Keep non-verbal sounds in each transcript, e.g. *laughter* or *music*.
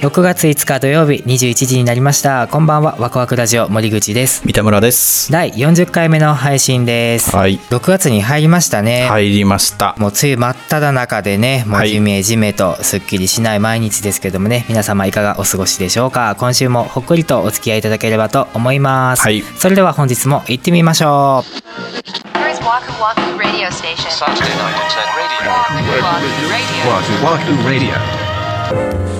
6月5日土曜日21時になりましたこんばんはワクワクラジオ森口です三田村です第40回目の配信です、はい6月に入りましたね、入りましたもう梅雨真っ只中でねもうはいじめじめとすっきりしない毎日ですけどもね、皆様いかがお過ごしでしょうか今週もほっこりとお付き合いいただければと思います、はいそれでは本日も行ってみましょう Here's Waku Waku Radio Station. Saturday night at 10 radio. Waku Wahoo Waku Radio. Wahoo Radio.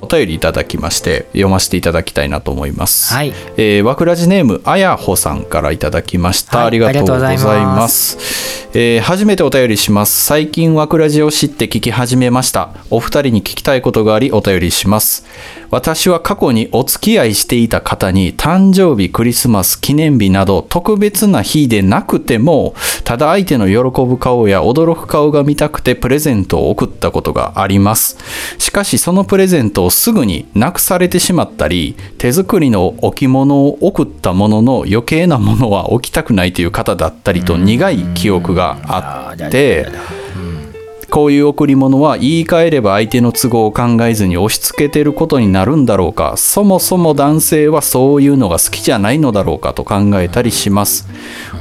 お便りいただきまして読ませていただきたいなと思いますはいえー、わくらじネームあやほさんからいただきました、はいありがとうごあざいりがとうございまますえー初めてお便りします最近わくらじを知って聞き始めましたお二人に聞きたいことがありお便りします私は過去にお付き合いしていた方に誕生日クリスマス記念日など特別な日でなくてもただ相手の喜ぶ顔や驚く顔が見たくてプレゼントを送ったことがありますしかしそのプレゼントをすぐになくされてしまったり手作りの置物を送ったものの余計なものは置きたくないという方だったりと苦い記憶があってこういう贈り物は言い換えれば相手の都合を考えずに押し付けてることになるんだろうかそもそも男性はそういうのが好きじゃないのだろうかと考えたりします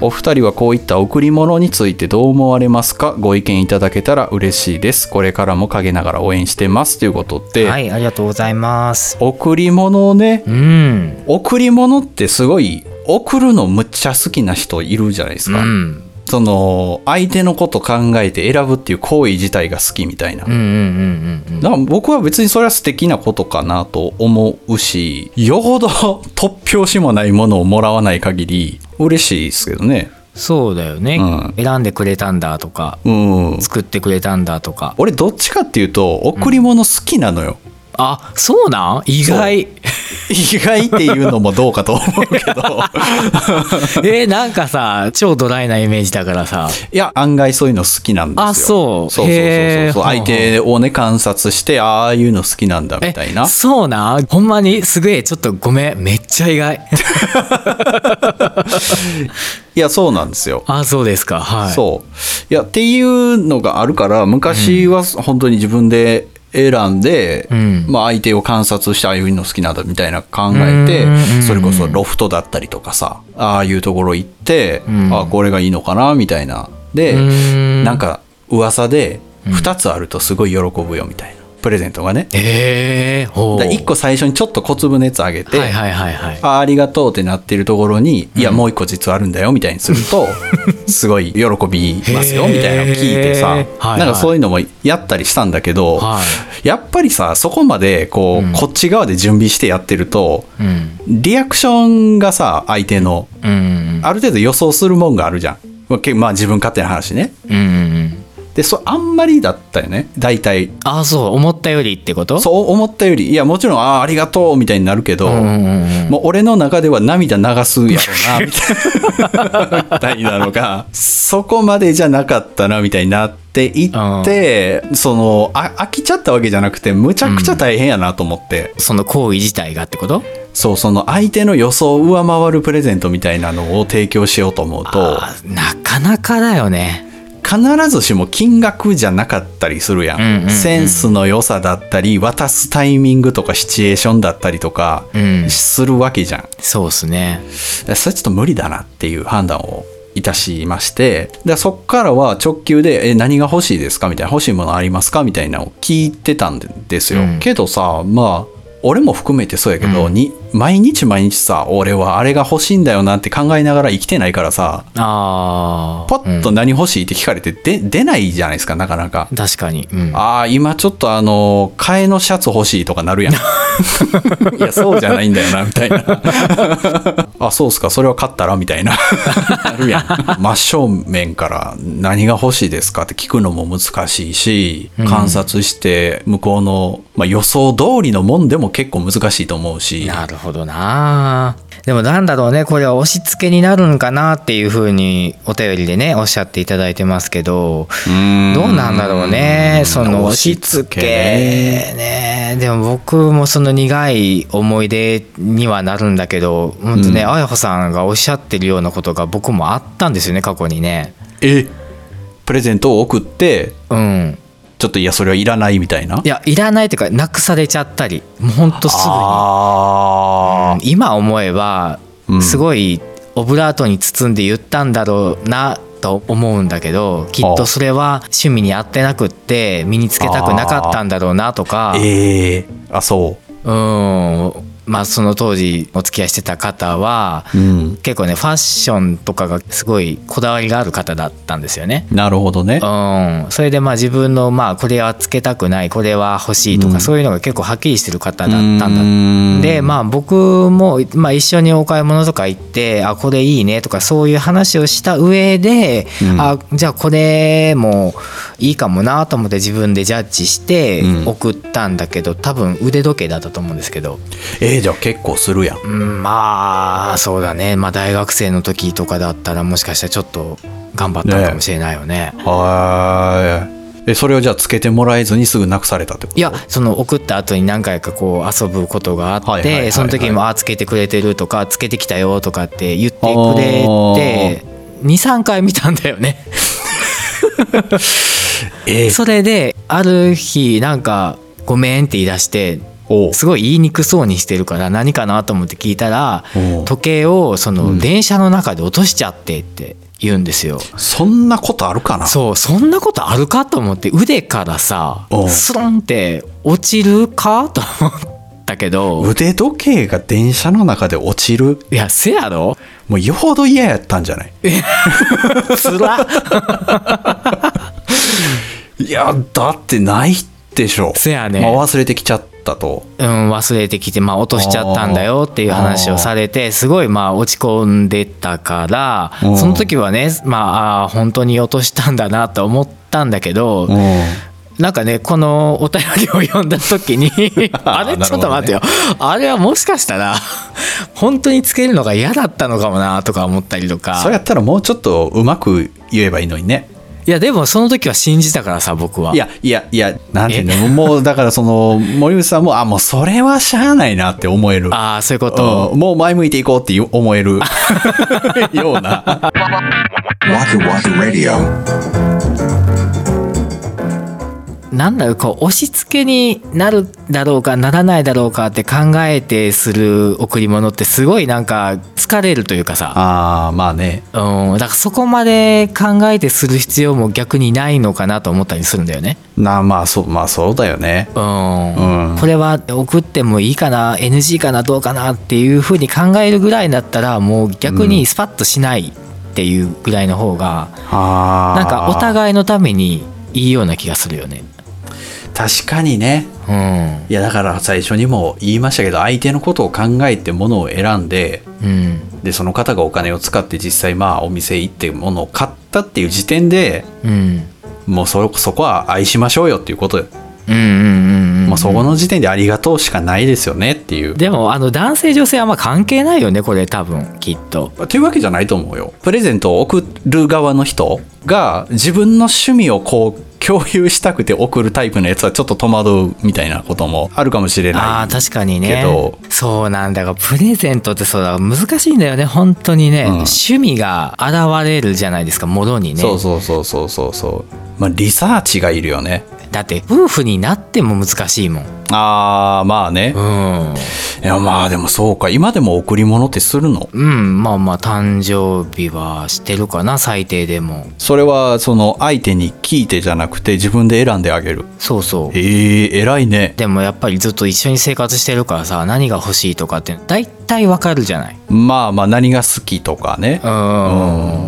お二人はこういった贈り物についてどう思われますかご意見いただけたら嬉しいですこれからも陰ながら応援してますということで、はいありがとうございます贈り物をねうん贈り物ってすごい贈るのむっちゃ好きな人いるじゃないですうか、んその相手のこと考えて選ぶっていう行為自体が好きみたいな、うんうんうんうんうんだから僕は別にそれは素敵なことかなと思うしよほど *laughs* 突拍子もないものをもらわない限り嬉しいですけどねそうだよね、うん選んでくれたんだとかうん作ってくれたんだとか俺どっちかっていうと贈り物好きなのよ、あそうなん意外意外っていうのもどうかと思うけ *laughs* どえなんかさ超ドライなイメージだからさいや案外そういうの好きなんですよあそうそうそうそへうーそう相手をね観察してああいうの好きなんだえみたいなそうなんほんまにすげえちょっとごめんめっちゃ意 *laughs* 外いやそうなんですよあそうですかはいそういやっていうのがあるから昔は本当に自分で選んで、うんまあ、相手を観察してああいうの好きなんだみたいな考えてうんうんうんうんそれこそロフトだったりとかさああいうところ行って、んああこれがいいのかなみたいなでうんなんか噂で2つあるとすごい喜ぶよみたいなプレゼントがね。へえほうだ1個最初にちょっと小粒のやつあげて、はいはいはいはいあありがとうってなってるところに、いや、もう一個実はあるんだよみたいにする *laughs* と、すごい喜びますよみたいなのを聞いてへさ、ーはいはいなんかそういうのもやったりしたんだけど、はやっぱりさ、そこまでこう、こっち側で準備してやってると、うんリアクションがさ、相手の、うんうんある程度予想するもんがあるじゃん。まあ、けまあ自分勝手な話ね。うんうんで、そあんまりだったよね、大体。あそう思ったよりってことそう思ったより、いや、もちろん、ああ、ありがとうみたいになるけど、うんうんうんもう俺の中では涙流すやろな、みたいなみたいなのが、 *laughs* そこまでじゃなかったな、みたいになっていって、そのあ、飽きちゃったわけじゃなくて、むちゃくちゃ大変やなと思って、その行為自体がってことそう、その相手の予想を上回るプレゼントみたいなのを提供しようと思うと、あなかなかだよね必ずしも金額じゃなかったりするやん。うんうんうんセンスの良さだったり、渡すタイミングとかシチュエーションだったりとか、うんするわけじゃん。そうっすねそれちょっと無理だなっていう判断をいたしましてでそっからは直球で「え何が欲しいですか?」みたいな「欲しいものありますか?」みたいなのを聞いてたんですよ、うんけどさまあ俺も含めてそうやけど、うんに毎日毎日さ俺はあれが欲しいんだよなって考えながら生きてないからさああパッと何欲しいって聞かれてで出ないじゃないですかなかなか。確かに、うん、ああ今ちょっとあの替えのシャツ欲しいとかなる *laughs* やんいやそうじゃないんだよなみたいなあそうっすかそれは買ったらみた *laughs* いななるやん真正面から何が欲しいですかって聞くのも難しいしうん観察して向こうの、まあ、予想通りのもんでも結構難しいと思うしなるほどなでもなんだろうねこれは押し付けになるんかなっていうふうにお便りでねおっしゃっていただいてますけどどどうなんだろうねその押し付けねでも僕もその苦い思い出にはなるんだけど本当ね、うあやほさんがおっしゃってるようなことが僕もあったんですよね過去にねえプレゼントを送ってうんちちょっといやそれはいらないみたいないやいらないというかなくされちゃったりもうほんとすぐにあうん今思えばうんすごいオブラートに包んで言ったんだろうなと思うんだけどきっとそれは趣味に合ってなくって身につけたくなかったんだろうなとかあええあそうんまあその当時お付き合いしてた方はううん結構ねファッションとかがすごいこだわりがある方だったんですよね。なるほどねうん、それでまあ自分のまあこれはつけたくないこれは欲しいとか、うんそういうのが結構はっきりしてる方だったんだんでまあ僕も、まあ、一緒にお買い物とか行ってあこれいいねとかそういう話をした上で、うんあじゃあこれもいいかもなと思って自分でジャッジしてうん送ったんだけど、多分腕時計だったと思うんですけど、ええじゃあ結構するやんうん、まあそうだね、まあ、大学生の時とかだったらもしかしたらちょっと頑張ったのかもしれないよね。はーいえそれをじゃあつけてもらえずにすぐなくされたってこといやその送った後に何回かこう遊ぶことがあって、はいはいはいはいその時も「あつけてくれてる」とか「つけてきたよ」とかって言ってくれて23回見たんだよね。 *laughs* ええそれである日なんか「ごめん」って言い出しておうすごい言いにくそうにしてるから何かなと思って聞いたらおう時計をそうんの電車の中で落としちゃってって言うんですよ。そんなことあるかなそうそんなことあるかと思って腕からさおうスロンって落ちるか *laughs* と思ったけど腕時計が電車の中で落ちるいやせやろもうよほど嫌やったんじゃないつらいやだってないでしょせやねまあ、忘れてきちゃったと *laughs* うん忘れてきてまあ落としちゃったんだよっていう話をされてすごいまあ落ち込んでたからうんその時はねまああー本当に落としたんだなと思ったんだけどなんかねこのお便りを読んだ時 *laughs* にあれなるほどねちょっと待ってよあれはもしかしたら本当につけるのが嫌だったのかもなとか思ったりとそれかやったらもうちょっとうまく言えばいいのにねいやでもその時は信じたからさ僕はいやいやいやなんていう *laughs* のもうだからその森口さんもあもうそれはしゃあないなって思えるああそういうことうん、もう前向いていこうって思 *laughs* えるような Waku Waku Radio. なんだろうこう押し付けになるだろうかならないだろうかって考えてする贈り物ってすごいなんか疲れるというかさ、ああまあねうん、だからそこまで考えてする必要も逆にないのかなと思ったりするんだよね。なまあそうまあそうだよねうんうんこれは送ってもいいかな NG かなどうかなっていうふうに考えるぐらいだったらもう逆にスパッとしないっていうぐらいの方が、ああなんかお互いのためにいいような気がするよね。確かにねうんいやだから最初にも言いましたけど相手のことを考えて物を選んでうんでその方がお金を使って実際まあお店行って物を買ったっていう時点でうんもうそそこは愛しましょうよっていうことよ、うんうんうんうんまあ、そこの時点でありがとうしかないですよねっていうでもあの男性女性あんま関係ないよねこれ多分きっとというわけじゃないと思うよプレゼントを送る側の人が自分の趣味をこう共有したくて送るタイプのやつはちょっと戸惑うみたいなこともあるかもしれないあー確かにねけどそうなんだがプレゼントってそうだ難しいんだよね本当にね、ん趣味が現れるじゃないですかものにねそうそうそうそうそうそうまあリサーチがいるよねだって夫婦になっても難しいもんあーまあね、うん、いやまあでもそうか今でも贈り物ってするのうん、まあまあ誕生日はしてるかな最低でもそれはその相手に聞いてじゃなくて自分で選んであげるそうそうええ偉いねでもやっぱりずっと一緒に生活してるからさ何が欲しいとかって大体わかるじゃないまあまあ何が好きとかねう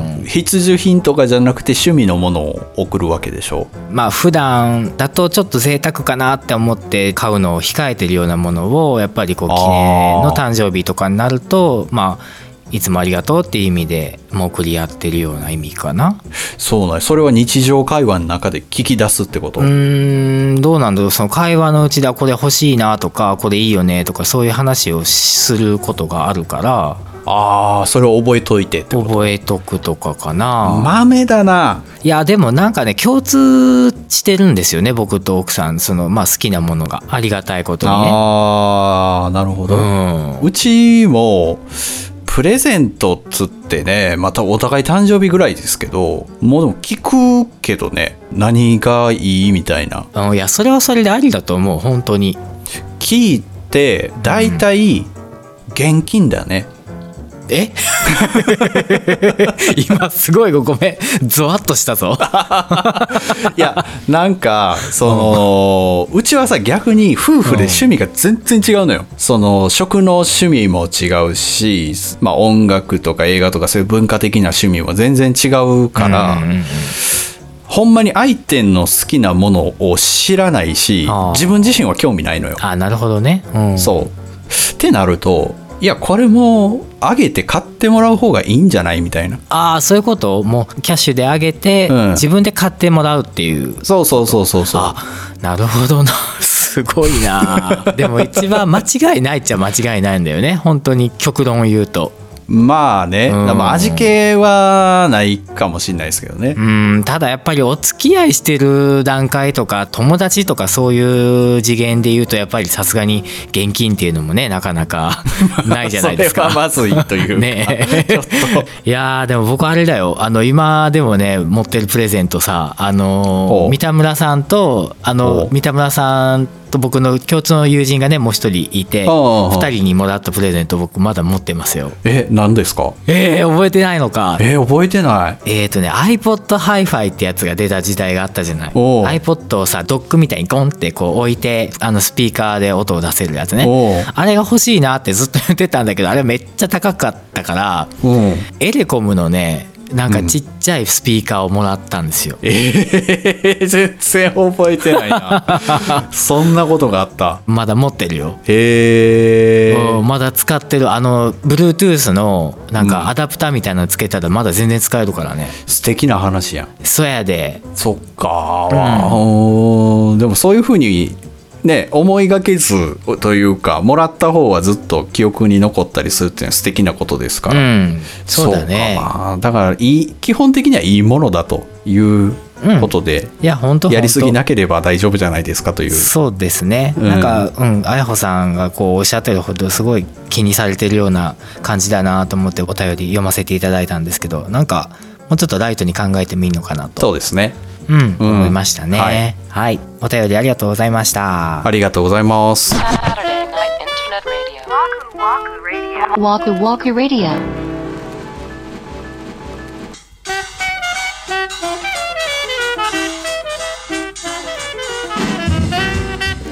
ん必需品とかじゃなくて趣味のものを送るわけでしょまあ普段だとちょっと贅沢かなって思って買うのを控えてるようなものをやっぱりこう記念の誕生日とかになるとまあいつもありがとうっていう意味でもう送り合ってるような意味かなそうなんやそれは日常会話の中で聞き出すってこと、うーんどうなんだろうその会話のうちであこれ欲しいなとかこれいいよねとかそういう話をすることがあるからああそれを覚えといてってこと覚えとくとかかな、豆だないやでもなんかね共通してるんですよね僕と奥さんそのまあ好きなものがありがたいことにねああなるほど、うんうちもププレゼントっつってね、またお互い誕生日ぐらいですけど、もうでも聞くけどね、何がいいみたいな。うんいやそれはそれでありだと思う本当 *laughs* に聞いて、大体、現金だね。え今すごいごめんゾワッとしたぞいや、なんか、その、うちはさ、逆に夫婦で趣味が全然違うのよ。その、食の趣味も違うし、まあ音楽とか映画とかそういう文化的な趣味も全然違 *laughs* うから、うんうんうんほんまに相手の好きなものを知らないしあー自分自身は興味ないのよ。あなるほどね、うん、そうってなるといやこれもあげて買ってもらう方がいいんじゃないみたいな。ああそういうことをもうキャッシュであげて、うん自分で買ってもらうっていうそうそうそうそうそう。あなるほどな *laughs* すごいなでも一番間違いないっちゃ間違いないんだよね本当に極論を言うとまあね、うんまあ味系はないかもしれないですけどねう。んただやっぱりお付き合いしてる段階とか友達とかそういう次元で言うとやっぱりさすがに現金っていうのもねなかなか *laughs* ないじゃないですかそれはまずいというか。ね *laughs* ちょっと。いやーでも僕あれだよあの今でもね持ってるプレゼントさあのおーう三田村さんとあおのう三田村さんと僕の共通の友人がねもう一人いておうおうおう二人にもらったプレゼント僕まだ持ってますよえ、何ですかえー、覚えてないのかえ、覚えてない。えーとね iPod Hi-Fi ってやつが出た時代があったじゃないおう iPod をさドックみたいにゴンってこう置いてあのスピーカーで音を出せるやつねおうあれが欲しいなってずっと言ってたんだけどあれめっちゃ高かったからうん。エレコムのねなんかちっちゃいスピーカーをもらったんですよ、えー、全然覚えてないな。 *laughs* そんなことがあった。まだ持ってるよ、へえ。うんまだ使ってるあの Bluetooth のなんうかんアダプターみたいなのつけたらまだ全然使えるからね、素敵な話やん。そやでそっか、うんでもそういうふうにね思いがけずというかもらった方はずっと記憶に残ったりするっていうのは素敵なことですかうら、んそうだねそうかだからいい基本的にはいいものだということで、いや本当やりすぎなければ大丈夫じゃないですかというそうですね、うんなんかうんあやほさんがこうおっしゃってるほどすごい気にされてるような感じだなと思ってお便り読ませていただいたんですけどなんかもうちょっとライトに考えてもいいのかなと、そうですねうんうん思いましたね、はい、お便りありがとうございましたありがとうございます、 Saturday Night Internet Radio. Waku Waku Radio. Waku Waku Radio.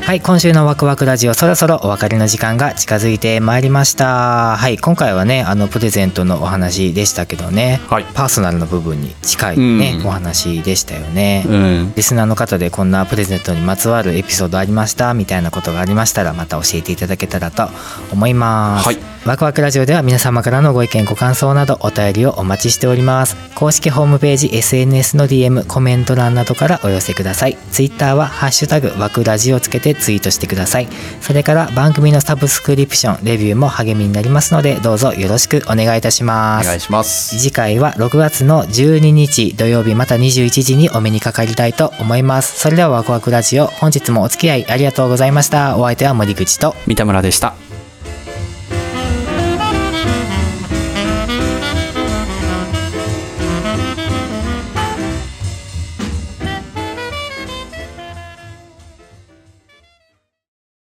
はい今週のワクワクラジオそろそろお別れの時間が近づいてまいりましたはい今回はねあのプレゼントのお話でしたけどね、はいパーソナルの部分に近いね、うんお話でしたよね、うん、リスナーの方でこんなプレゼントにまつわるエピソードありましたみたいなことがありましたらまた教えていただけたらと思います、はいワクワクラジオでは皆様からのご意見ご感想などお便りをお待ちしております公式ホームページ SNS の DM コメント欄などからお寄せください Twitter は「ハッシュタグワクラジ」をつけてツイートしてくださいそれから番組のサブスクリプションレビューも励みになりますのでどうぞよろしくお願いいたしまおす願いします次回は6月の12日土曜日また21時にお目にかかりたいと思いますそれではワクワクラジオ本日もお付き合いありがとうございましたお相手は森口と三田村でした